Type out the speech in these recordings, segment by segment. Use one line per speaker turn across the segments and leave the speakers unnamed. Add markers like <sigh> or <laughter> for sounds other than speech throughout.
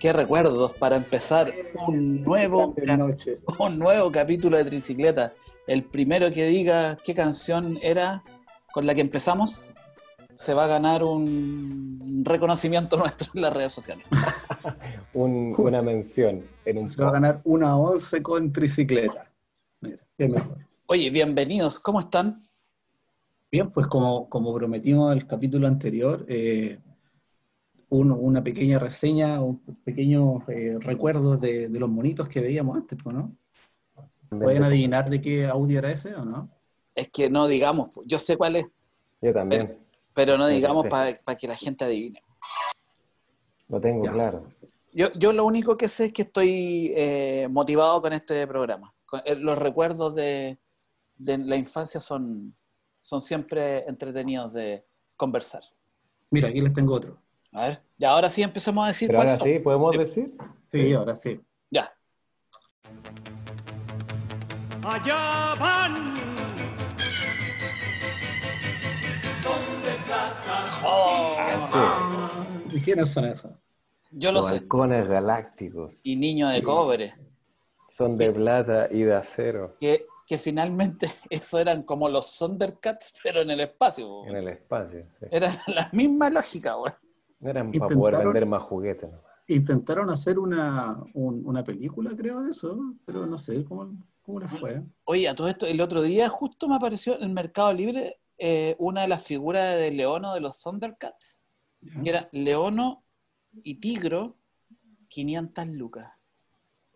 Qué recuerdos para empezar un nuevo,
Grandes noches.
un nuevo capítulo de Tricicleta. El primero que diga qué canción era con la que empezamos se va a ganar un reconocimiento <laughs> nuestro en las redes sociales.
Un-
Ju-
una mención en un
Se va a ganar una 11 con tricicleta. Mira, qué mejor.
Oye, bienvenidos, ¿cómo están?
Bien, pues como, como prometimos en el capítulo anterior, eh, un- una pequeña reseña, un pequeño eh, recuerdo de, de los monitos que veíamos antes, pues, ¿no? ¿Pueden adivinar de qué audio era ese o no?
Es que no digamos, yo sé cuál es,
Yo también,
pero no
Sí,
digamos
sí.
para que la gente adivine.
lo tengo
Ya.
claro.
Yo, yo lo único que sé es que estoy eh, motivado con este programa. Con- eh, Los recuerdos de, de la infancia son, son siempre entretenidos de conversar.
Mira, aquí les tengo otro.
A ver, y ahora sí empecemos a decir
Pero ahora
cuánto.
sí, ¿podemos decir?
Sí, ahora sí.
Ya.
Allá van.
Ah,
¿Y quiénes son esos?
Oh, Yo lo
sí. Los
sé.
halcones galácticos
Y Niño de Cobre,
son de plata y de acero
que, que finalmente <laughs> eso eran como los Thundercats, pero en el espacio.
en
weón.
el espacio. sí.
Era la misma lógica, weón.
No eran para
Intentaron-
poder vender más juguetes. ¿no?
Intentaron hacer una, un- una película, creo, de eso, pero no sé cómo, cómo les fue.
Oye, a todo esto, el otro día justo me apareció en Mercado Libre eh, una de las figuras de Leono de los Thundercats.
¿Ya?
que era Leono y Tigro, 500 lucas.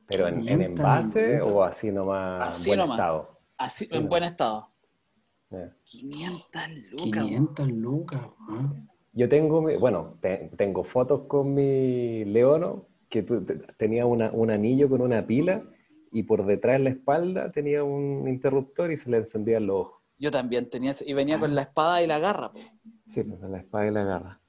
Pero en, en
500
envase
lucas.
o así nomás
Así
buen
nomás.
estado.
Así,
Sí,
en
no.
buen estado.
Ya.
500 lucas. weón.
500 lucas, weón.
Yo tengo, mi- bueno, te- tengo fotos con mi Leono, que tu- te- tenía una- un anillo con una pila y por detrás en la espalda tenía un interruptor y se le encendían los ojos.
Yo también tenía ese- y
Ah.
venía con la espada y la garra. po.
Sí, pues en la espada y la garra.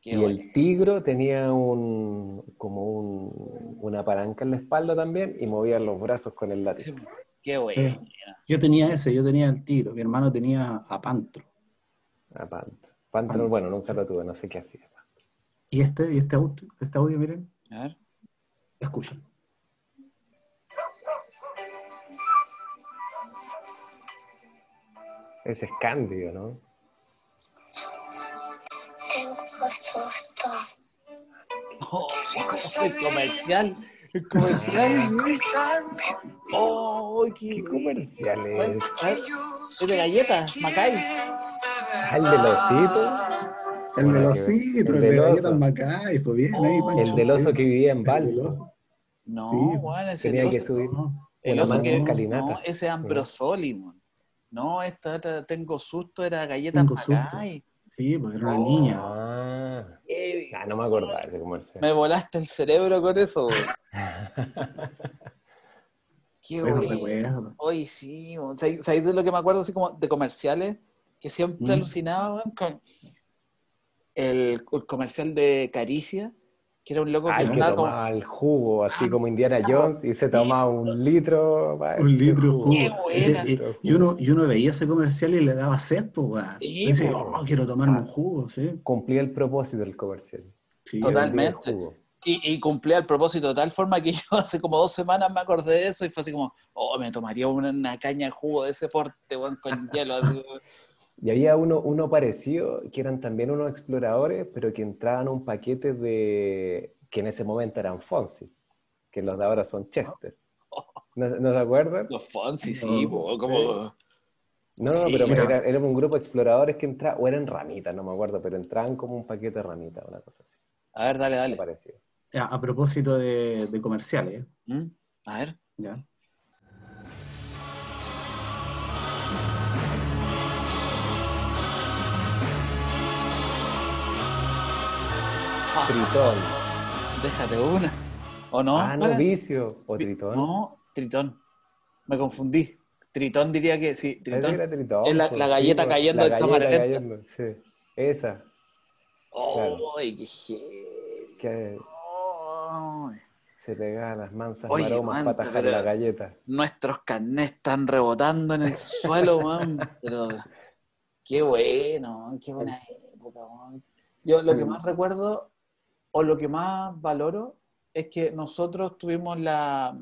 Qué
y
bueno.
el tigro tenía un, como un, una palanca en la espalda también y movía los brazos con el látigo.
Qué bueno.
Yo tenía ese, yo tenía el tiro. Mi hermano tenía a Pantro.
A Ah, Pantro. Pantro,
Pantro,
bueno, nunca lo tuve, no sé qué hacía.
Y este, y este audio, este audio, miren,
A ver.
escuchen.
Ese es Cándido, ¿no?
Tengo susto.
Oh, el comercial. El comercial. weón. Oh, qué
¿Qué
bueno.
comercial
A ver,
es?
a ver. Es de galletas, Macay.
Ah, el del
Ah.
osito.
El
Bueno,
del
que-
osito,
el
el
del
de
oso.
Galletas Macay, pues bien ahí,
Oh.
Pancho.
El del oso que vivía en
El del
Valpo.
oso.
No,
Sí,
bueno, ese
Tenía que
oso-
subir
No.
El
una
oso
mansa
que,
escalinata.
no, ese es Ambrosoli, mon. No, esta otra, tengo susto, era galletas
Tengo
Macay.
Sí, pues era una
Oh.
niña.
Ah,
Eh,
ah, no me acordaba de ese comercial.
Me volaste el cerebro con eso, güey. Qué
Pero
güey.
recuerdo.
Hoy sí, güey. ¿sabes sabes de lo que me acuerdo así como de comerciales? Que siempre
Mm.
alucinaba, güey, con el, el comercial de Caricia, que era un loco que
Ay, que
andaba como-
tomaba el jugo, así como Indiana
no.
Jones, y se tomaba un litro. pa,
Un litro de jugo.
Qué buena.
Y, y- y uno, y uno veía ese comercial y le daba sed, pues, weón.
Sí,
Y Dice,
pues.
oh, quiero tomarme un jugo, sí.
Cumplía el propósito del comercial.
sí
Era un
Total.
litro de
Totalmente.
jugo.
Y, y cumplía el propósito de tal forma que <laughs> yo hace como dos semanas me acordé de eso y fue así como, oh, me tomaría una, una caña de jugo de ese porte, weón, con
<laughs>
hielo. así, weón.
Y había uno, uno parecido, que eran también unos exploradores, pero que entraban a un paquete de... que en ese momento eran Fonsi, que los de ahora son Chester. ¿No, no se acuerdan?
Los Fonsi, sí,
No.
weón, como...
No, no,
Sí,
pero
mira.
era, era un grupo de exploradores que entraban, o eran ramitas, no me acuerdo, pero entraban como un paquete de ramitas, una cosa así.
A ver, dale,
Me
dale.
pareció.
A, a propósito de, de comerciales,
¿Mm? A ver.
¿ya?
Tritón.
Ah, Déjate una. ¿O no?
ah, no,
¿Cuál es?
vicio. O
Vi-
Tritón.
No, Tritón. Me confundí. Tritón diría que sí.
Parece que
Tritón.
era Tritón,
Es la-
po,
la galleta
po,
cayendo
la
en cámara
galleta
lenta.
cayendo, sí. Esa. claro.
¡Ay, qué heavy!
Que
¡Ay!
se pegaba las mansas
Oye,
maromas
man,
para atajar
pero-
la galleta.
Nuestros carnés están rebotando en el
<laughs>
suelo, man. Pero qué bueno, man, qué buena época, man. Yo lo que más recuerdo, o lo que más valoro, es que nosotros tuvimos la,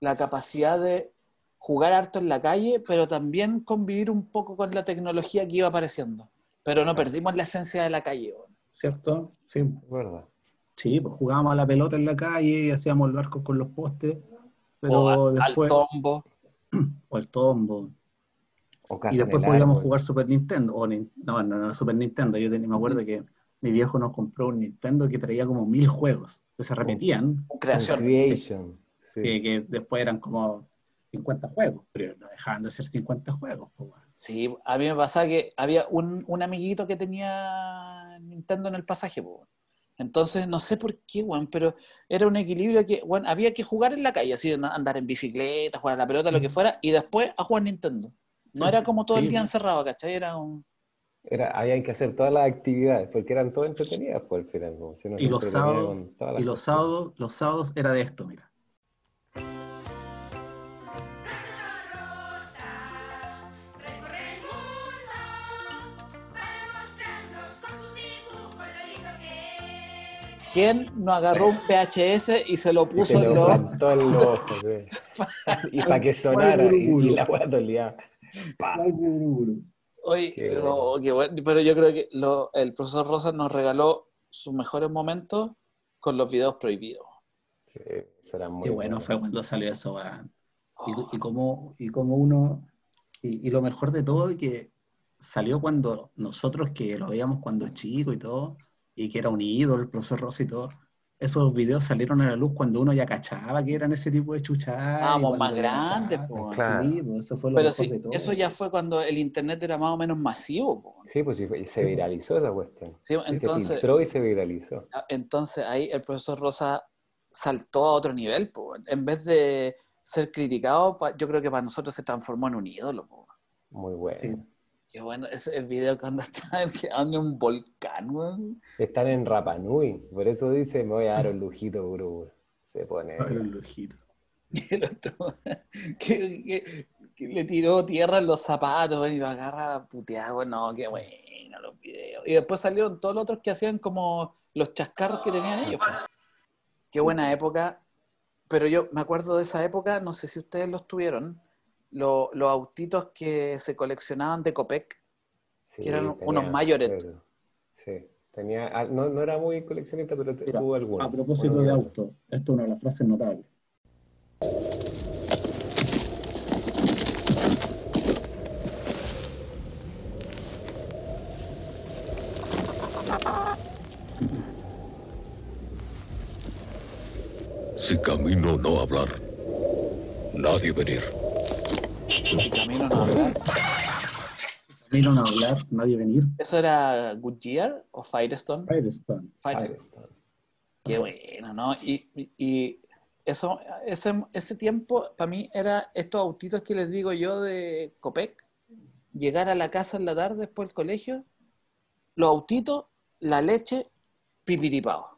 la capacidad de jugar harto en la calle, pero también convivir un poco con la tecnología que iba apareciendo. Pero no perdimos la esencia de la calle, man.
¿cierto? Sí,
¿Verdad?
sí, pues jugábamos a la pelota en la calle, hacíamos el barco con los postes, pero
O a-
después,
al tombo.
o al tombo.
O casa
Y
en
después
el
podíamos
árbol.
jugar Super Nintendo. O Nin- no, no, no, Super Nintendo. Yo tenía- me acuerdo que mi viejo nos compró un Nintendo que traía como mil juegos que se repetían.
Creación.
Creation. Oh, Sí.
sí, que después eran como 50 juegos, pero no dejaban de ser 50 juegos. po, weón.
Sí, a mí me pasaba que había un, un amiguito que tenía Nintendo en el pasaje, po, weón. Entonces, no sé por qué, weón, pero era un equilibrio que, weón, había que jugar en la calle, así, na- andar en bicicleta, jugar a la pelota, lo que fuera, y después a jugar Nintendo. No
Sí,
era como todo el
sí.
día encerrado, ¿cachai? Era un...
Era, habían que hacer todas las actividades, porque eran todas entretenidas por el final. como si uno
Y
se
los
entretenía
sábados-
con todas las
Y los
cosas.
sábados, los sábados era de esto, mira.
Rosa recorre el mundo para mostrarnos con su dibujo lo lindo que es.
¿Quién no agarró un PHS y se lo
Y se
puso en
lo
los...
plantó en los ojos,
<laughs>
sí. Y para que sonara, y, y la weá dolía. Pa.
Oye,
Qué
pero, qué bueno, pero yo creo que lo- el profesor Rosa nos regaló sus mejores momentos con los videos prohibidos.
Sí, eso era muy
Qué bueno
bueno.
fue cuando salió eso, weón. Y, y como, y como uno, y, y lo mejor de todo es que salió cuando nosotros que lo veíamos cuando chico y todo, y que era un ídolo el profesor Rossi y todo, esos videos salieron a la luz cuando uno ya cachaba que eran ese tipo de chuchadas.
Estábamos
y cuando
Ah, pues más
ya
grandes,
cachaba,
po,
claro.
sí, po, eso fue lo
Pero
mejor
sí,
de todo.
eso ya fue cuando el internet era más o menos masivo. po.
Sí, pues sí, fue- y se viralizó esa cuestión.
Sí,
Sí, se
entonces,
filtró y se viralizó.
entonces ahí el profesor Rosa saltó a otro nivel. po. En vez de ser criticado, pa- yo creo que para nosotros se transformó en un ídolo. po.
Muy bueno.
Qué bueno, ese el video cuando <laughs> está en un volcán. weón.
Están en Rapa Nui, por eso dice, me voy a dar un lujito, gurú. Se pone...
Era un lujito.
Y <laughs> el otro, que, que- que le tiró tierra en los zapatos weón, y lo agarra puteado. weón. No, qué bueno los videos. Y después salieron todos los otros que hacían como los chascarros que tenían ellos. po. Qué buena época. Pero yo me acuerdo de esa época, no sé si ustedes los tuvieron, lo- los autitos que se coleccionaban de Copec.
Sí,
que eran unos mayoretos.
claro. Sí, tenía... ah, No, no era muy coleccionista, pero te-
Mira,
tuvo algunos.
A propósito
Uno
de
que otro.
auto, esto es una de las frases notables.
Si camino no hablar, nadie venir.
El camino no habrá.
Vino a hablar, nadie venir.
¿Eso era Goodyear o Firestone?
Firestone.
Firestone.
Firestone.
Qué bueno, ¿no? Y, y- y eso, ese, ese tiempo para mí era estos autitos que les digo yo de Copec, llegar a la casa en la tarde después del colegio, los autitos, la leche, pipiripao.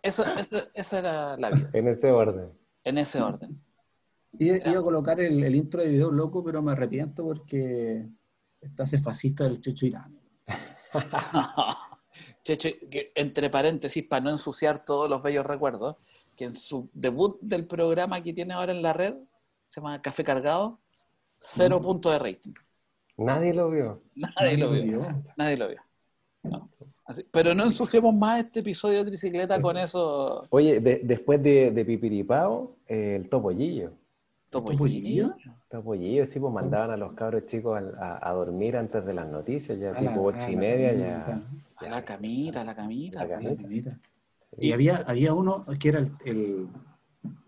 Eso, eso, esa era la vida,
En ese orden.
en ese orden. <laughs>
I- Iba a colocar el, el intro de video loco, pero me arrepiento porque estás el fascista del Checho Irán.
Checho, que entre paréntesis, para no ensuciar todos los bellos recuerdos, que en su debut del programa que tiene ahora en la red, se llama Café Cargado, cero puntos de rating.
Nadie lo vio.
Nadie Ah, lo vio.
Ah,
Nadie lo vio. No. Así- pero no ensuciemos más este episodio de tricicleta con esos
Oye, de- después de, de Pipiripao, eh, el Topollillo.
topollillos.
Topollillo, sí, pues mandaban a los cabros chicos al- a, a dormir antes de las noticias, ya
A la-
tipo ocho
a
y
la-
media,
a
ya.
A la camita, a la camita.
La
la- a la
camita.
camita. Y había, había uno que era el, el-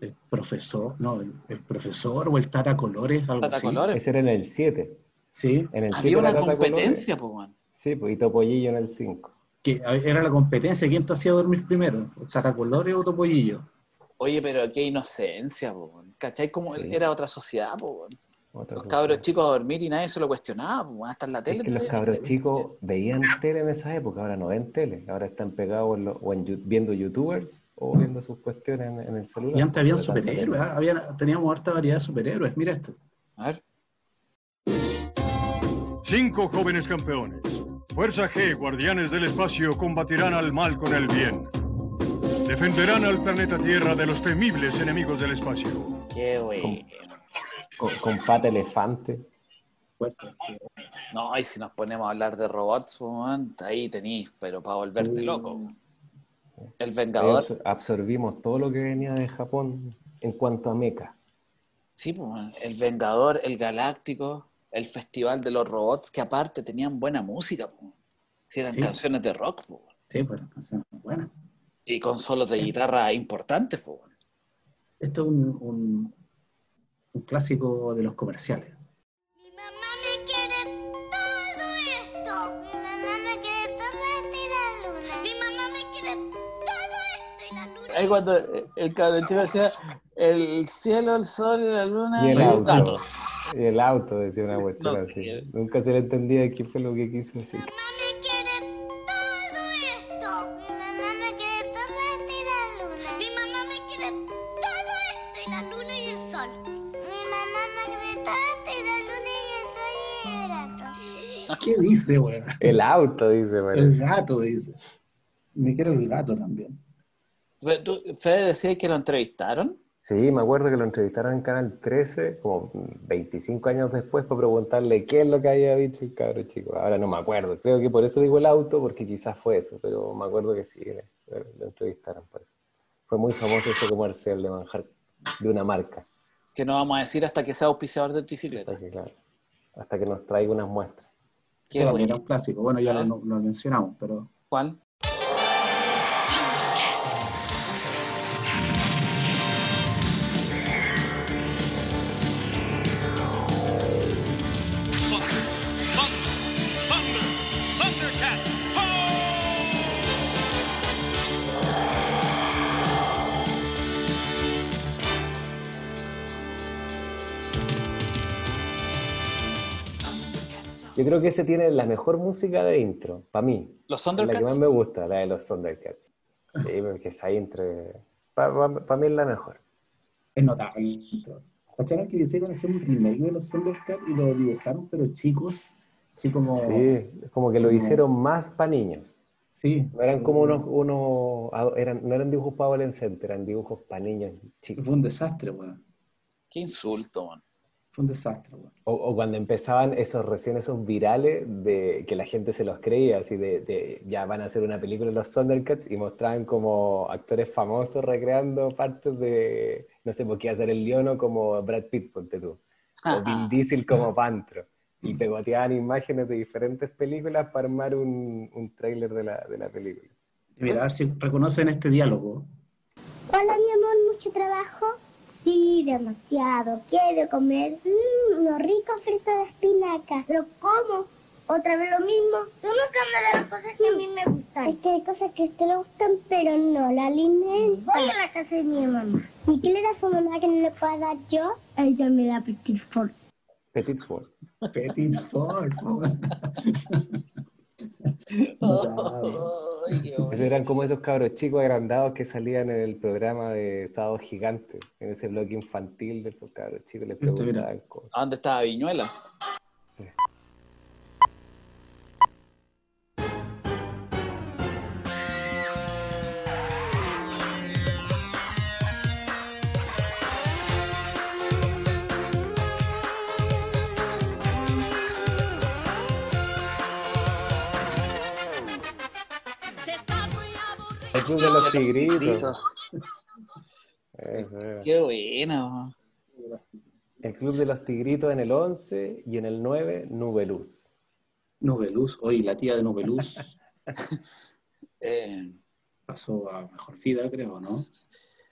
el profesor, no, el, el profesor o el Tata Colores, algo
Tata
así.
colores.
Ese era en el 7.
Sí,
En el 7
Había
la
una
Tata Colores.
competencia, pues, weón.
Sí, pues, y Topollillo en el 5.
que a- era la competencia, ¿quién te hacía dormir primero? ¿Tata Colores o Topollillo?
Oye, pero qué inocencia, po, weón. ¿cachai? Como
Sí.
era otra sociedad, po, weón.
Otra
Los
cosa.
cabros chicos a dormir y nadie se lo cuestionaba, po, weón. hasta en la tele.
Es que los
todavía.
cabros chicos veían tele en esa época, ahora no ven tele, ahora están pegados en lo- o en yu- viendo youtubers o viendo sus cuestiones en, en el celular.
Y antes habían
No tanto tele.
superhéroes, ah, habían- teníamos harta variedad de superhéroes. Mira esto.
A ver,
Cinco jóvenes campeones. Fuerza G, guardianes del espacio, combatirán al mal con el bien. Defenderán al planeta Tierra de los temibles enemigos del espacio.
qué wey.
Con, con pata elefante.
Fuerte.
No, y si nos ponemos a hablar de robots, po, weón, ahí tenís, pero para volverte loco. weón. El
Ahí
Vengador.
absor- absorbimos todo lo que venía de Japón en cuanto a mecha.
Sí, pues, weón. el Vengador, el Galáctico, el Festival de los Robots, que aparte tenían buena música, pues. si eran
Sí.
canciones de rock, pues, weón.
Sí, pues las canciones son buenas.
y con solos de guitarra importantes. Pues, weón.
Esto es un, un- un clásico de los comerciales.
Mi mamá me quiere todo esto. Mi mamá me quiere todo esto y la luna. Mi mamá me quiere todo esto y la luna.
Ahí cuando el cabrón chico decía, el cielo, el sol y la luna
Y el
y
auto.
un Ah, gato.
Y el auto decía una
<laughs>
cuestión
No sé.
así. Nunca se le entendía qué fue lo que quiso decir.
Mi mamá me quiere todo esto. Mi mamá me quiere todo esto y la luna. Mi mamá me quiere todo esto y la luna y el sol. Mi mamá me quiere todo esto y la luna y el sol y el gato.
Ah. ¿Qué dice, weón?
El auto, dice. parece.
El gato dice. Me quiero el gato también.
Pero tú, Fede decía que lo entrevistaron.
Sí, me acuerdo que lo entrevistaron en Canal 13, como 25 años después, para preguntarle qué es lo que había dicho el cabro chico. Ahora no me acuerdo, creo que por eso digo el auto, porque quizás fue eso, pero me acuerdo que sí, le- lo entrevistaron por eso. Fue muy famoso ese comercial de manjar de una marca,
que no vamos a decir hasta que sea auspiciador de bicicleta.
hasta que, claro, hasta que nos traiga unas muestras.
Qué
Claro,
bueno.
era un clásico. Bueno,
¿Ah?
ya lo, lo mencionamos, pero
¿Cuál?
Yo creo que ese tiene la mejor música de intro, para mí.
¿Los
Es La que más
Thundercats?
me gusta, la de los Thundercats. Sí, porque esa intro, para mí es la mejor.
es notable. ¿Cacharon que hicieron hacer un remake de los Thundercats y lo dibujaron, pero chicos? Así como.
Sí, como que lo
No.
hicieron más para niños.
Sí.
No eran como unos, unos ado- eran, no eran dibujos para adolescentes, eran dibujos para niños chicos.
Fue un desastre, weón.
Qué insulto, man.
Fue un desastre, weón.
O, o cuando empezaban esos recién esos virales de que la gente se los creía, así de, de, ya van a hacer una película los Thundercats y mostraban como actores famosos recreando partes de, no sé, porque iba a ser el Leono como Brad Pitt, ponte tú, o Vin Diesel como Pantro. Y pegoteaban imágenes de diferentes películas para armar un, un tráiler de la, de la película.
Mira, a ver si reconocen este diálogo.
Hola, mi amor, ¿mucho trabajo? Sí, demasiado. Quiero comer mm, unos ricos fritos de espinaca. ¿Pero cómo? ¿Otra vez lo mismo?
Tú nunca me das las cosas que a mí me gustan.
Es que hay cosas que a usted le gustan, pero no la alimenta.
Voy a la casa de mi mamá.
¿Y qué le da a su mamá que no le pueda dar yo? Ella me da petit fort.
Petit Four.
Petit Ford,
<laughs>
weón. Notable.
Ay, qué bueno.
Esos eran como esos cabros chicos agrandados que salían en el programa de Sábado Gigante, en ese bloque infantil de esos cabros chicos, les
Este, mira.
preguntaban cosas.
<laughs> ¿A dónde estaba Viñuela?
Sí.
Se está muy aburrido.
El club de los
Grito.
tigritos. Eso era.
Qué buena, man.
El club de los tigritos en el 11 y en el 9, Nube Luz.
Nubeluz, hoy la tía de Nubeluz
Eh,
<laughs> pasó a mejor vida, creo, ¿no?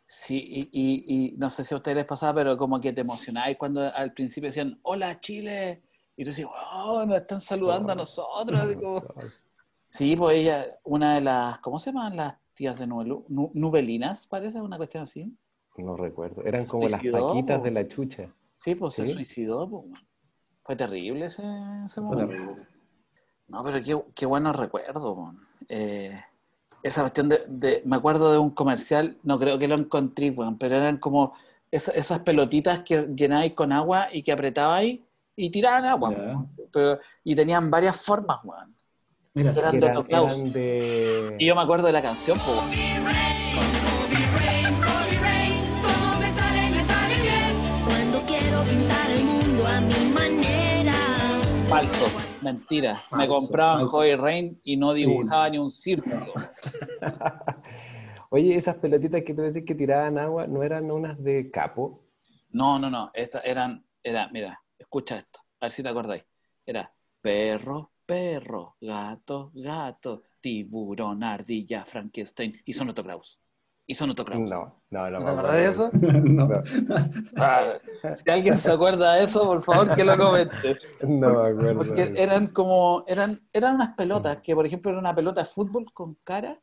sí, y, y- y no sé si a ustedes les pasaba, pero como que te emocionáis cuando al principio decían, hola Chile. Y tú decías, wow, nos están saludando a nosotros. así
<laughs>
como- Sí, pues ella, una de las, ¿cómo se llaman las tías de Nubelu- Nu- Nubelinas, parece? Una cuestión así.
No recuerdo. Eran como las
Suicidó,
paquitas
po.
de la chucha.
Sí, pues se
Sí.
suicidó. po, weón. Fue terrible ese, ese
Fue
momento.
terrible.
No, pero qué, qué bueno recuerdo. weón. Eh, esa cuestión de, de- Me acuerdo de un comercial, no creo que lo encontré, weón, pero eran como esa- esas pelotitas que llenáis con agua y que apretabais y tiraban agua.
Ya.
weón. Pero- y tenían varias formas, weón.
Mira,
Eran
Que
de
eran,
los Klaus.
eran de...
Y yo me acuerdo de la canción, po, weón.
Holy Rain, todo me sale, me sale bien.
Cuando quiero pintar el mundo a mi manera.
Falso, mentira. me
Falso,
compraban
falso.
Joy Rain y no dibujaba ni un círculo.
Oye, esas pelotitas que tú decís que tiraban agua, ¿no eran unas de capo?
No, no, no. Estas eran, era, mira, escucha esto, a ver si te acordáis. Era perro, perro, gato, gato, tiburón, ardilla, Frankenstein y Sonoto Claus. Y Sonoto Claus.
No, no, no.
¿Te
me acuerdo
acordás de eso?
<laughs> no.
Ah, Si alguien se acuerda de eso, por favor que lo comente.
No me acuerdo.
Porque eran como, eran, eran unas
Mm.
pelotas, que por ejemplo era una pelota de fútbol con cara,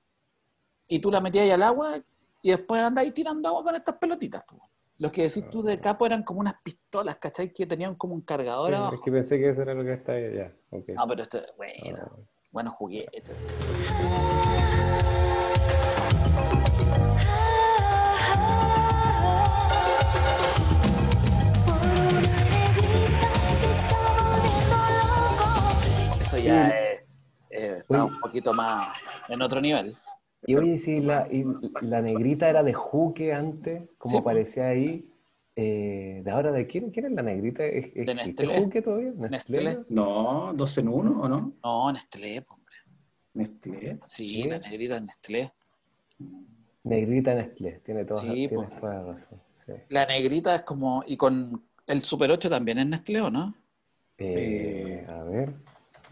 y tú la metías ahí al agua y después andáis tirando agua con estas pelotitas. po. Los que decís tú de capo eran como unas pistolas, ¿cachai? Que tenían como un cargador
Sí,
abajo.
Eh, Es que pensé que eso era lo que estaba ya. ok.
No, pero este, bueno,
Ah.
bueno juguete. Eso ya es, eh, está un poquito más en otro nivel.
Y oye, si la, y la negrita era de Juque antes, como
Sí, po.
aparecía ahí. eh, ¿De ahora de quién? ¿Quién es la negrita? ¿Es- ¿Existe
Nestlé.
Juque todavía? ¿Nestlé?
Nestlé.
No, dos en uno, ¿o no?
No, Nestlé, po, hombre.
Nestlé.
Sí,
Sí.
la negrita es Nestlé.
Negrita Nestlé, tiene todas,
Sí,
tienes
po. Eh,
toda la razón. sí.
La negrita es como, y con el Super 8 también es Nestlé, ¿o no?
Eh, a ver.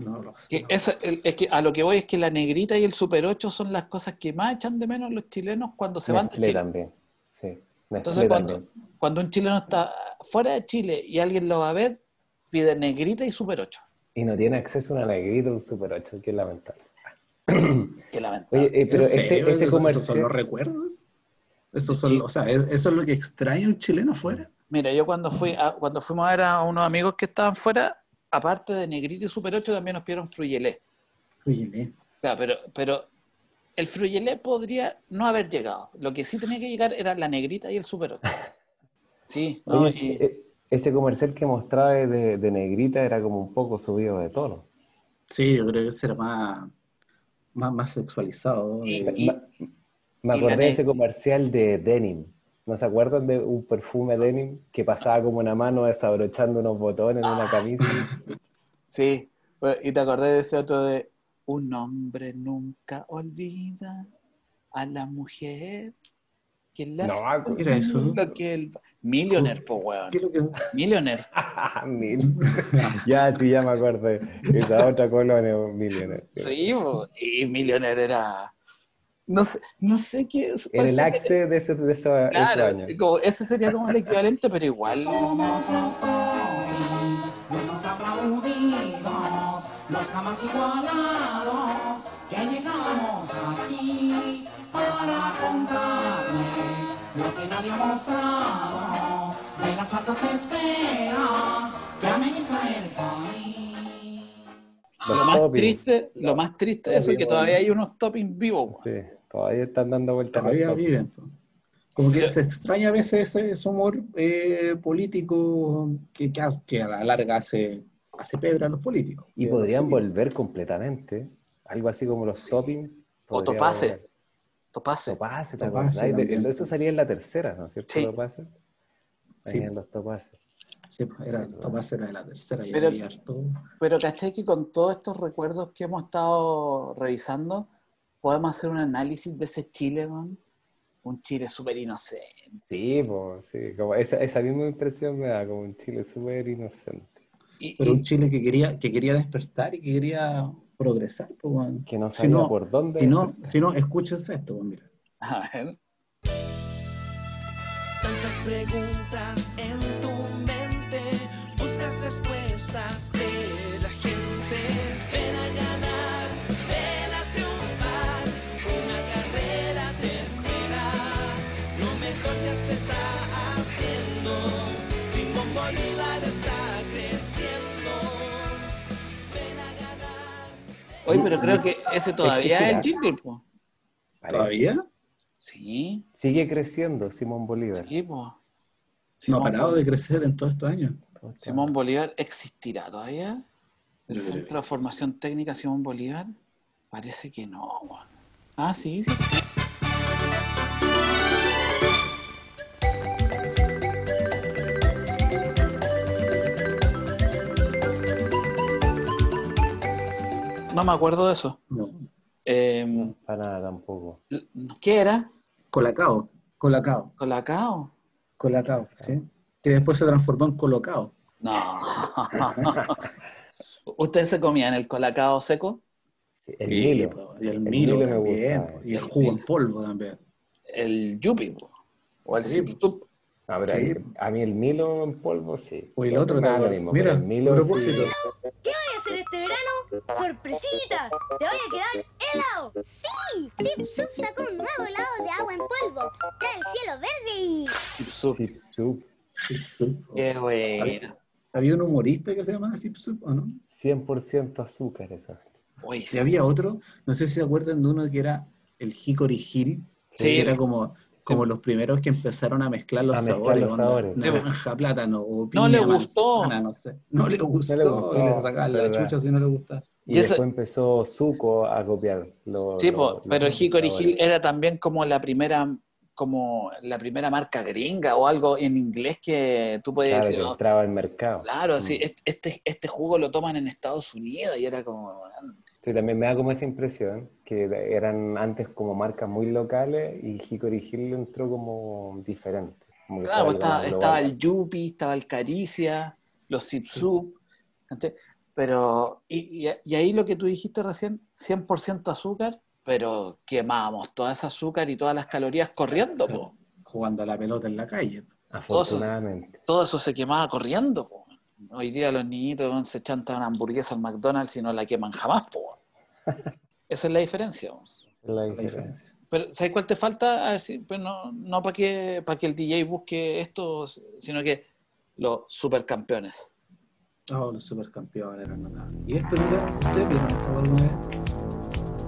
No lo sé.
Que esa- el- es que a lo que voy es que la negrita y el Super 8 son las cosas que más echan de menos los chilenos cuando se van de
Nestlé
Chile.
también. Sí. Nestlé
Entonces, cuando,
también.
cuando un chileno está fuera de Chile y alguien lo va a ver, pide negrita y Super 8.
Y no tiene acceso a una negrita, un Super 8, que lamentable.
Qué lamentable.
Oye, eh, pero
¿En
este,
serio?
ese
¿Esos- ¿Esos son los
comercial.
recuerdos? ¿Esos son, o sea, ¿es- ¿Eso es lo que extraña un chileno afuera?
Mira, yo cuando fui a- cuando fuimos a ver a unos amigos que estaban fuera, aparte de Negrita y Super 8, también nos pidieron Fruyelé.
Oye,
Claro, pero, pero el Fruyelé podría no haber llegado. Lo que sí tenía que llegar era la Negrita y el Super 8.
<laughs>
Sí, ¿no?
Oye,
Y-
e- ese comercial que mostraba de, de negrita era como un poco subido de tono.
sí, yo creo que ese era más, más, más sexualizado.
Y-
eh,
y-
Me
Y la
acordé de
neg-
ese comercial de Denim. ¿No se acuerdan de un perfume Denim que pasaba como una mano desabrochando unos botones en una camisa?
sí. Bueno, y te acordé de ese otro de un hombre nunca olvida a la mujer que la
No, ah,
hace
¿qué era eso?
lo que el- Millionaire, po, weón.
¿Qué es lo que-
<laughs>
Millionaire.
Ah, Mil. ya, sí, ya me acordé. Esa otra colonia, millonaria.
Sí, bo, y Millionaire era. No sé, no sé qué es.
En el
parece-
axe de ese, de esos- esos
Claro,
años.
como, ese sería como el equivalente, pero
<laughs>
igual.
Los
Lo más,
toppings.
triste, lo más triste de eso es que
Toppings,
todavía hay unos toppings vivos. weón.
Sí, todavía están dando vueltas. los
Todavía
toppings.
viven. Como que
Pero-
se extraña a veces ese, ese humor eh, político que, que, ha- que a la larga hace, hace pebre a los políticos.
Y
Que-
podrían volver completamente. Algo así como los toppings.
O
podría
Topase.
volver.
Topase.
Topase, ¿te
Topase
acordás? De-
también.
Eso salía en la tercera, ¿no es cierto?
Sí.
Topase.
Sí.
Salían los topaces.
Sí, pues, era, Tomás era de la tercera y
Pero-
había harto.
Pero caché que con todos estos recuerdos que hemos estado revisando, podemos hacer un análisis de ese Chile, weón. Un Chile súper inocente.
Sí, po, sí, como esa, esa misma impresión me da, como un Chile súper inocente.
Y-
Pero
y-
un Chile que quería, que quería despertar y que quería progresar. Pues, bueno.
Que no
Si
sabía
no-
por dónde.
Si no, si no, escúchense esto, pues, mira.
<laughs> a ver.
Tantas preguntas en tu mente. Buscas respuestas de la gente. Ven a ganar, ven a triunfar. Una carrera te espera. Lo mejor que haces está Bolívar está creciendo. Ven a ganar.
Oye, pero creo que ese todavía es el
Existirá.
jingle, po.
Parece.
¿Todavía?
Sí,
Sigue creciendo Simón Bolívar.
sí, po.
No
Simón
ha parado de crecer en todos estos años.
Bolívar- Simón Bolívar existirá todavía. El
Yo creo
Centro
que
de
sí.
Formación Técnica Simón Bolívar. Parece que no, weón. Ah, sí, sí. sí. No me acuerdo de eso.
No.
Eh,
Para nada tampoco.
¿Qué era?
Colacao, Colacao,
¿Colacao?
Colacao,
Ah.
¿sí? Que después se transformó en Colocao.
No. <laughs> ¿Ustedes se comían el colacao seco?
Sí, el
Sí,
Milo.
po, Y el Milo
Milo me
también,
gusta,
po, y el jugo en polvo también.
El yupi, po. o el
Sí,
zip zup.
A ver, ahí- a mí el Milo en polvo sí.
O el otro
Me da lo
también.
mismo,
Mira,
pero el Milo
a propósito.
sí.
¿Qué voy a hacer este verano? ¡Sorpresita! ¡Te voy a quedar helado!
¡Sí! Zip Zip sacó un nuevo helado de agua en polvo. Trae el cielo verde y...
Zip zup.
Zip Zup.
Qué buena.
eh, Había un humorista que se llamaba Zip Zup, ¿o no?
100% azúcar esa.
Uy,
Y había otro, no sé si se acuerdan de uno que era el Hickory Hill,
Sí.
que era como, como los primeros que empezaron a mezclar los
A mezclar
sabores,
los
onda,
sabores.
naranja, plátano, o piña,
le gustó.
manzana, no sé. No le gustó,
gustó,
y le sacaban la
verdad.
chucha si no le gustaba.
Y,
Y esa-
después empezó Zuko a copiar los.
Sí, po, pero Hickory Hill era también como la primera como la primera marca gringa o algo en inglés que tú podías
Claro,
decir,
que
"Oh,
entraba al mercado.
claro, sí,
Mm.
este- este, este jugo lo toman en Estados Unidos y era como,
Sí, también me da como esa impresión, que eran antes como marcas muy locales y Hickory Hill entró como diferente. como que
claro, pues
estaba
estaba,
algo más
estaba
global.
el Yupi, estaba el Caricia, los Zipsup, ¿cachai? pero, y, y- y ahí lo que tú dijiste recién, 100% azúcar, pero quemábamos toda esa azúcar y todas las calorías corriendo, po.
Jugando a la pelota en la calle. pues,
Afortunadamente.
todo eso se quemaba corriendo. po. Hoy día los niñitos weón, se chantan una hamburguesa al McDonald's y no la queman jamás. po. Esa es la diferencia. weón.
Esa es la
la
diferencia.
diferencia.
Pero, ¿Sabes cuál te falta? A ver si- pues no para que, para que el DJ busque esto, sino que los supercampeones.
Oh, los supercampeones eran notables. Y este, mira, ustedes vieron esta alguna vez?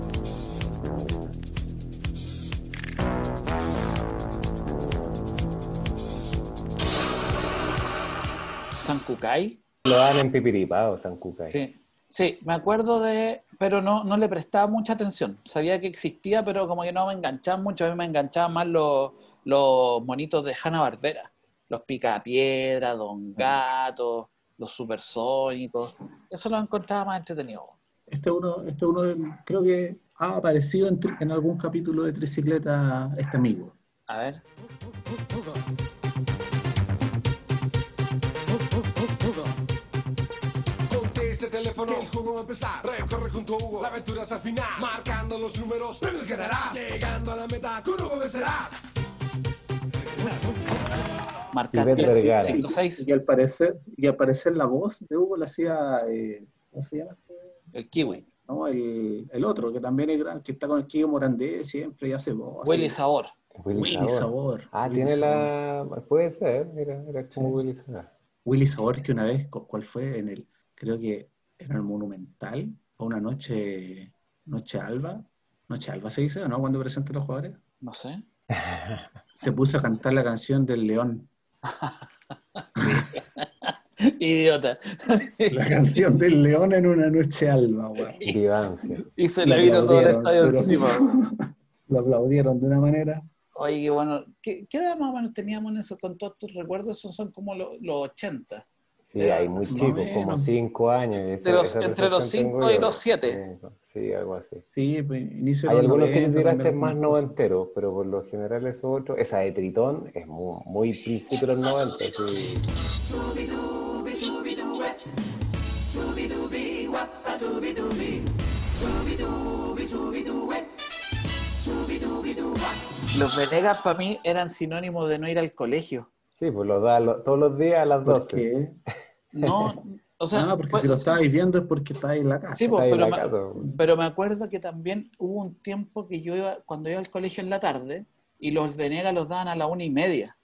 San Cucay.
Lo dan en pipiripao, San Cucay.
Sí. Sí, me acuerdo de, pero no, no le prestaba mucha atención. Sabía que existía, pero como que no me enganchaba mucho. A mí me enganchaban más los, los monitos de Hanna Barbera. Los Picapiedra, Don Gato, los Supersónicos. Eso lo encontraba más entretenido.
Este uno, este uno de- creo que ha aparecido en, tri- en algún capítulo de Tricicleta este amigo.
A ver.
Contesta el este teléfono, el juego va a empezar. Recorre junto a Hugo, la aventura hasta el final. Marcando los números, premios ganarás. Llegando a la meta, con Hugo vencerás.
Marca
Ivette Vergara.
5, 6,
Y al parecer, y al parecer la voz de Hugo la hacía, eh, ¿cómo se llama? este?
el Kiwi.
No, el, el otro, que también es gran, que está con el Kiko Morandé siempre y hace voz.
Huele y
así.
sabor.
Willy,
Willy Sabor.
Ah,
Willy
tiene
Sabor.
la... Puede ser, era, era como
Sí.
Willy Sabor.
Willy Sabor que una vez, cu- ¿cuál fue? En el, creo que en el Monumental, o una noche, noche alba, noche alba se dice, ¿o ¿no? Cuando presentan los jugadores.
No sé. <laughs>
se puso a cantar la canción del león.
Idiota.
La canción del león en una noche alba, weón.
Vivancia.
y se
Lo
le vino todo el
aplaudieron,
estadio
pero- <laughs>
encima.
Lo aplaudieron de una manera.
Oye, qué bueno, ¿qué, qué edad más o menos teníamos en eso? Con todos tus recuerdos, esos son como lo- los 80.
Sí,
Era
hay muy
más o
chicos, como
menos.
cinco años. esa-
De los-
esa
entre los
percepción tengo
cinco y
yo.
los siete.
Sí, sí, algo así.
Sí, pues inicio
Hay
de los
algunos que
90
tú tiraste
también.
más noventeros, pero por lo general esos otros, esa de Tritón es muy, muy principio de los 90, sí.
Los Venegas para mí eran sinónimos de no ir al colegio.
Sí, pues los da lo- todos los días a las
¿Por
12.
qué? <laughs>
No, o sea,
Ah, porque
fue-
si lo estabas viendo es porque estabas en la casa.
Sí,
Está
pues,
ahí en
pero
la
me-
casa.
pero me acuerdo que también hubo un tiempo que yo iba, cuando iba al colegio en la tarde, y los Venegas los daban a la una y media.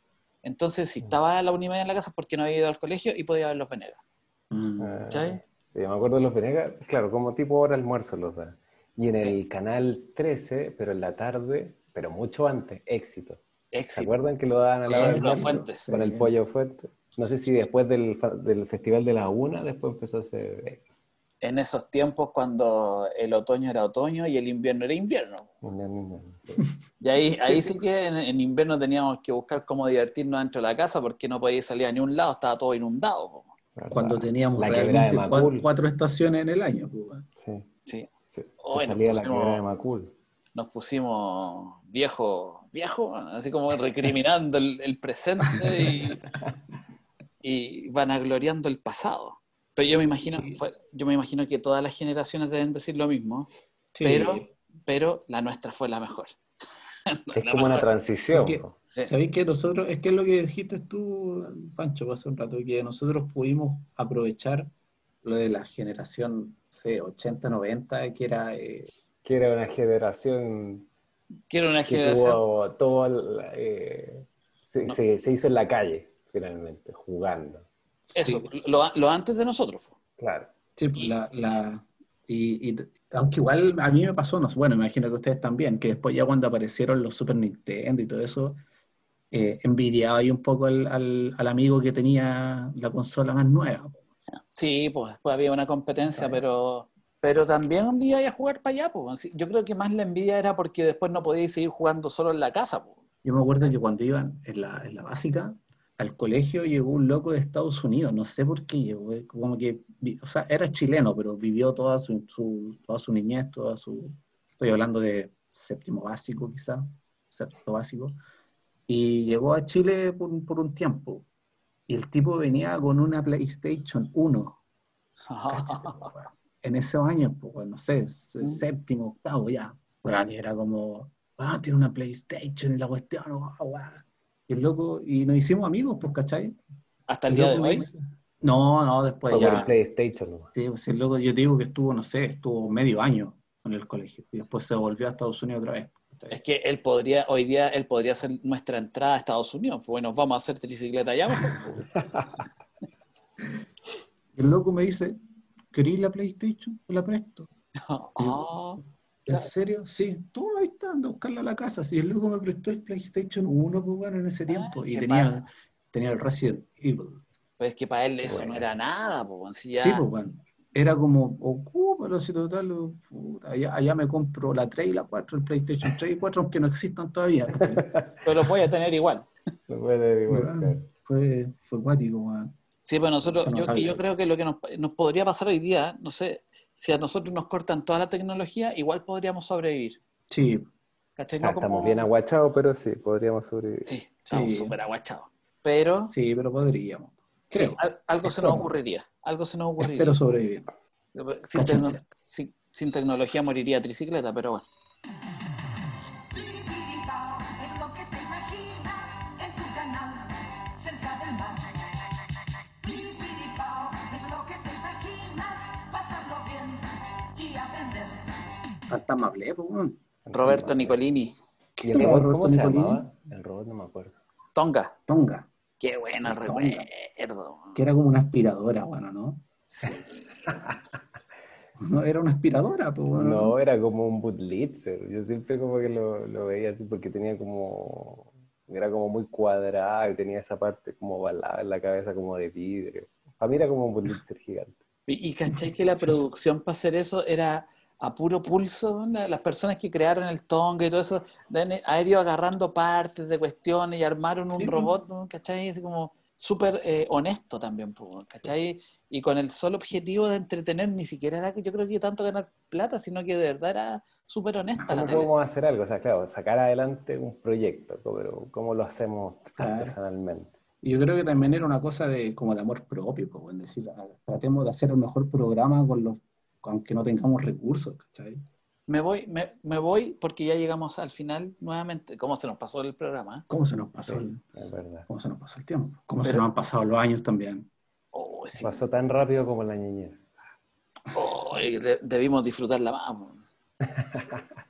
Entonces,
Mm.
si estaba a la una y media en la casa, porque no había ido al colegio y podía ver los Venegas.
Ah,
¿Cachai?
sí, me acuerdo de los Venegas, claro, como tipo hora almuerzo los da. Y en el canal 13, pero en la tarde, pero mucho antes, éxito. ¿Se
Éxito.
acuerdan que lo daban a la
Sí,
hora
con
del almuerzo?
Fuentes.
Con el pollo fuerte. No sé si después del, fa- del Festival de la Una, después empezó a hacer éxito.
En esos tiempos cuando el otoño era otoño y el invierno era invierno.
No, no, no, sí.
Y ahí sí, ahí sí que en, en invierno teníamos que buscar cómo divertirnos dentro de la casa porque no podía salir a ningún lado, estaba todo inundado. po.
¿Verdad?
Cuando teníamos
La quebrada de
realmente cua-
Macul.
cuatro, estaciones en el año. pues, weón.
Sí,
Sí.
sí. Se
Hoy nos
salía la
pusimos-
quebrada de Macul.
Nos pusimos viejos, viejos, así como recriminando el, el presente y, y vanagloriando el pasado. Pero yo me imagino, fue- yo me imagino que todas las generaciones deben decir lo mismo, pero, pero la nuestra fue la mejor. <laughs>
Es
La
como una
mejor.
transición.
Porque-
po.
Sí.
¿Sabéis que nosotros, es que es lo que dijiste tú, Pancho, hace un rato, que nosotros pudimos aprovechar lo de la generación, no sé, 80, 90, que era... eh,
Que era una generación
Quiero una
que
generación.
tuvo todo el, eh, se, se- se hizo en la calle, finalmente, jugando.
Eso,
sí,
lo, lo antes de nosotros. po.
Claro.
sí, pues, la, la- y, y t- aunque igual a mí me pasó, no sé, bueno, imagino que ustedes también, que después ya cuando aparecieron los Super Nintendo y todo eso, eh, envidiaba ahí un poco al, al- al amigo que tenía la consola más nueva.
Sí, pues después había una competencia, pero, pero también un día iba a jugar para allá. Pues. Sí, Yo creo que más la envidia era porque después no podíais seguir jugando solo en la casa. pues.
Yo me acuerdo que cuando iban en la, en la básica, al colegio llegó un loco de Estados Unidos, no sé por qué llegó, eh, como que, vi- o sea, era chileno, pero vivió toda su, su- toda su niñez, toda su, estoy hablando de séptimo básico quizá, séptimo básico, y llegó a Chile por, un- por un tiempo, y el tipo venía con una PlayStation 1,
<laughs>
cáchate, po, weón. en esos años, po, weón, no sé, s-
Mm.
séptimo, octavo ya, weón, y era como, ah, tiene una PlayStation y la cuestión, guau, guau. Y el loco, y nos hicimos amigos, pues, ¿cachai?
Hasta el
El
día de
loco me
hoy.
dice- No, no,
Pues
después
Fue por el
ya.
PlayStation. nomás.
Sí, pues, el loco, yo te digo que estuvo, no sé, estuvo medio año en el colegio. Y después se volvió a Estados Unidos otra vez. ¿cachai?
Es que él podría, hoy día, él podría hacer nuestra entrada a Estados Unidos. Pues bueno, vamos a hacer tricicleta allá.
<laughs>
pues.
Y el loco me dice, ¿querís la PlayStation? Te la presto.
Ah,
¿En serio? Sí. Tú ahí está, anda a buscarla a la casa. Sí, el loco me prestó el PlayStation 1, pues bueno, en ese tiempo. Y
Ah, qué
tenía,
bacán.
tenía el Resident Evil.
pero pues es que para él eso
Bueno.
no era nada. Pues. si ya-
Sí, pues bueno. Era como, ocúpalo, si total, puta, allá, allá me compro la 3 y la 4, el PlayStation 3 y 4, aunque no existan todavía.
<laughs>
pues.
pero lo voy a tener igual.
Lo puede igual,
Weón,
claro.
fue, fue cuático, weón.
Sí, pero nosotros,
Eso no
yo,
cambia.
yo creo que lo que nos, nos podría pasar hoy día, no sé, si a nosotros nos cortan toda la tecnología, igual podríamos sobrevivir.
Sí,
¿Cachai?
O sea,
No como-
estamos bien aguachados, pero sí, podríamos sobrevivir.
Sí, estamos
Sí.
súper aguachados. Pero
sí, pero podríamos. Creo.
sí, al- algo se nos
Estamos.
ocurriría. Algo se nos ocurriría.
Espero sobrevivir.
sin,
Cachanza.
tecno- sin- sin tecnología moriría tricicleta, pero bueno.
Piripiripao, es lo que te imaginas en tu canal, cerca del mar. Piripiripao, es lo que te imaginas, pasarlo bien y aprender.
Fantasma Ble, pues, weón.
Roberto Nicolini,
¿Y
¿Qué
el
se
robot
llama
cómo
Roberto
se
Nicolini?
llamaba? El robot no me acuerdo.
Tonga.
Tonga,
Qué bueno
Tonga.
recuerdo.
que era como una aspiradora, bueno, ¿no?
Sí.
No, era una aspiradora, pues, weón.
No, era como un bootblitzer. Yo siempre como que lo, lo veía así porque tenía como... Era como muy cuadrado y tenía esa parte como ovalada en la cabeza como de vidrio. Para mí era como un bootblitzer gigante.
Y, y cachai que la producción para hacer eso era a puro pulso, ¿no? las personas que crearon el tonga y todo eso, deben haber ido agarrando partes de cuestiones y armaron un
Sí,
robot, ¿no? ¿cachai? Así como súper eh, honesto también, po, ¿cachai? Y con el solo objetivo de entretener, ni siquiera era que yo creo que tanto ganar plata, sino que de verdad era súper honesta la
¿Cómo
tele.
podemos hacer algo? O sea, claro, sacar adelante un proyecto, pero ¿cómo lo hacemos
Claro.
artesanalmente?
Y Yo creo que también era una cosa de como de amor propio, pues, weón, decir, "Ah, tratemos de hacer el mejor programa con los, aunque no tengamos recursos, ¿cachai?
Me voy, me, me voy porque ya llegamos al final nuevamente. ¿Cómo se nos pasó el programa?
¿Cómo se nos pasó el,
Es verdad.
cómo se nos pasó el tiempo? ¿Cómo se
Pero-
nos han pasado los años también?
Oh, sí.
Pasó tan rápido como la niñez.
Oh, y de- debimos disfrutarla más. po.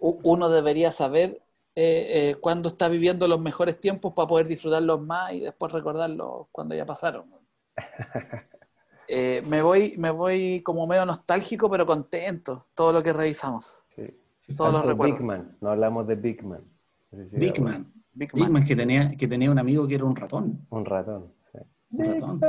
U- Uno debería saber eh, eh, cuando está viviendo los mejores tiempos para poder disfrutarlos más y después recordarlos cuando ya
<laughs>
pasaron. Eh, me, voy, me voy como medio nostálgico, pero contento, todo lo que revisamos.
Sí.
Todos los
Tanto
recuerdos.
Big Man, no hablamos de Big Man. No sé si
Big
era
Man.
Big
Big
Man.
Man que tenía, que tenía un amigo que era un ratón.
Un, un ratón. sí.
Un ratón, sí.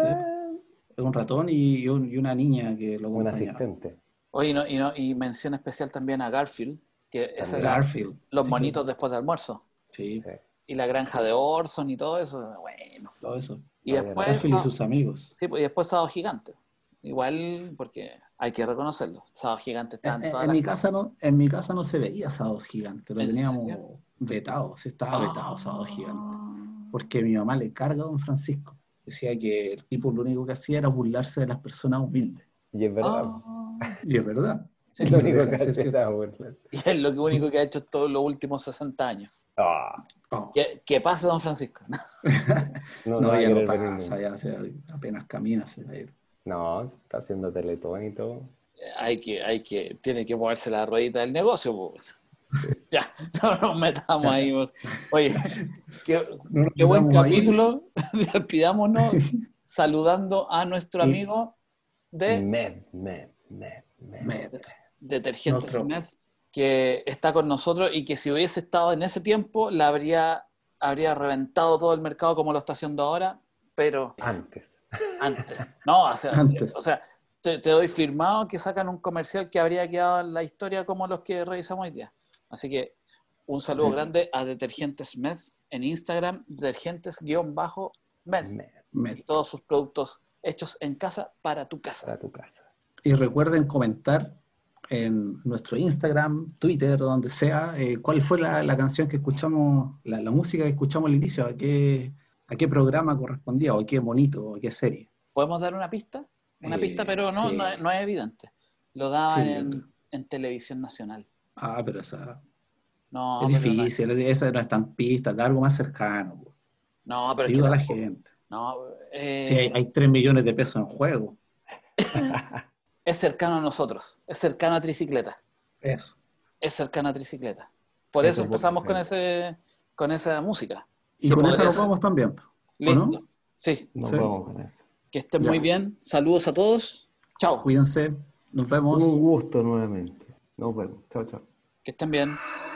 Era Un ratón y, un- y una niña que lo
Un
acompañaba.
asistente.
Oye, y, no, y, no, y mención especial también a Garfield, que ese era
Garfield.
los
Sí,
monitos después de almuerzo.
Sí,
Sí.
Y la granja de Orson y todo eso, bueno.
todo eso.
Y
Vaya,
después,
Garfield y sus amigos.
sí, pues, y después Sábado Gigante. Igual, porque hay que reconocerlo. Sábado Gigante está en
En, en-
todas
Eh, en
las
mi casa no, en mi casa no se veía sábado gigante, lo
¿En
teníamos
serio?
vetado, sí, estaba vetado sábado gigante.
Ah.
Porque a mi mamá le carga a don Francisco. Decía que el tipo lo único que hacía era burlarse de las personas humildes.
Y es verdad.
Y es verdad.
Ah, Sí,
<laughs> Lo único que
Sí, sí.
hace era burlar.
<laughs> Y es lo que único que ha hecho todos los últimos 60 años.
Ah,
Oh,
Que, que pase, don Francisco. <laughs>
no,
no,
no va a
ya no
querer venir
pasa,
nunca.
ya, se- apenas camina. se va a ir.
No, está haciendo teletón y todo.
Hay que, hay que, tiene que moverse la ruedita del negocio. po. <laughs> Ya, <laughs> no nos metamos ahí. po. Oye, qué,
No nos
qué buen
metamos ahí.
capítulo. <laughs> Despidámonos saludando a nuestro
Sí.
amigo de
Med, med, med, med.
Met.
Detergente
Nuestro.
Jiménez, que está con nosotros y que si hubiese estado en ese tiempo, la habría, habría reventado todo el mercado como lo está haciendo ahora, pero...
Antes.
Antes. No, o sea,
Ah. <laughs> Antes.
O sea te, te doy firmado que sacan un comercial que habría quedado en la historia como los que revisamos hoy día. Así que un saludo
Sí.
grande a Detergentes Med en Instagram, detergentes-med.
Med,
Y
Met.
todos sus productos hechos en casa para tu casa.
para tu casa.
Y recuerden comentar en nuestro Instagram, Twitter, o donde sea, eh, cuál fue la, la canción que escuchamos, la, la música que escuchamos al inicio, a qué, a qué programa correspondía, o a qué bonito, o a qué serie.
¿Podemos dar una pista? Una
Eh,
pista, pero no,
sí.
no, es- no es evidente. Lo daban
Sí, yo creo.
Ah, en, en televisión nacional.
Ah, pero esa
No,
es
pero no-
difícil, esa no es tan pista, da algo más cercano. po.
No, pero es que
Ayuda a la
tampoco-
gente.
No, eh,
Sí, hay, hay 3 millones de pesos en juego.
es cercano a nosotros, es cercano a Tricicleta.
Eso.
es cercana a Tricicleta. Por
Sí,
eso
sí, sí,
empezamos
sí.
con ese con esa música.
Y
¿Qué
con
podría
esa nos
ser?
vamos también. pues. po.
Listo.
no?
Sí,
Nos
Sí.
vamos con eso.
que estén
Ya.
muy bien. Saludos a todos. Chao.
Cuídense, nos vemos.
Uh. Un gusto nuevamente. Nos vemos. Chao, chao.
Que estén bien.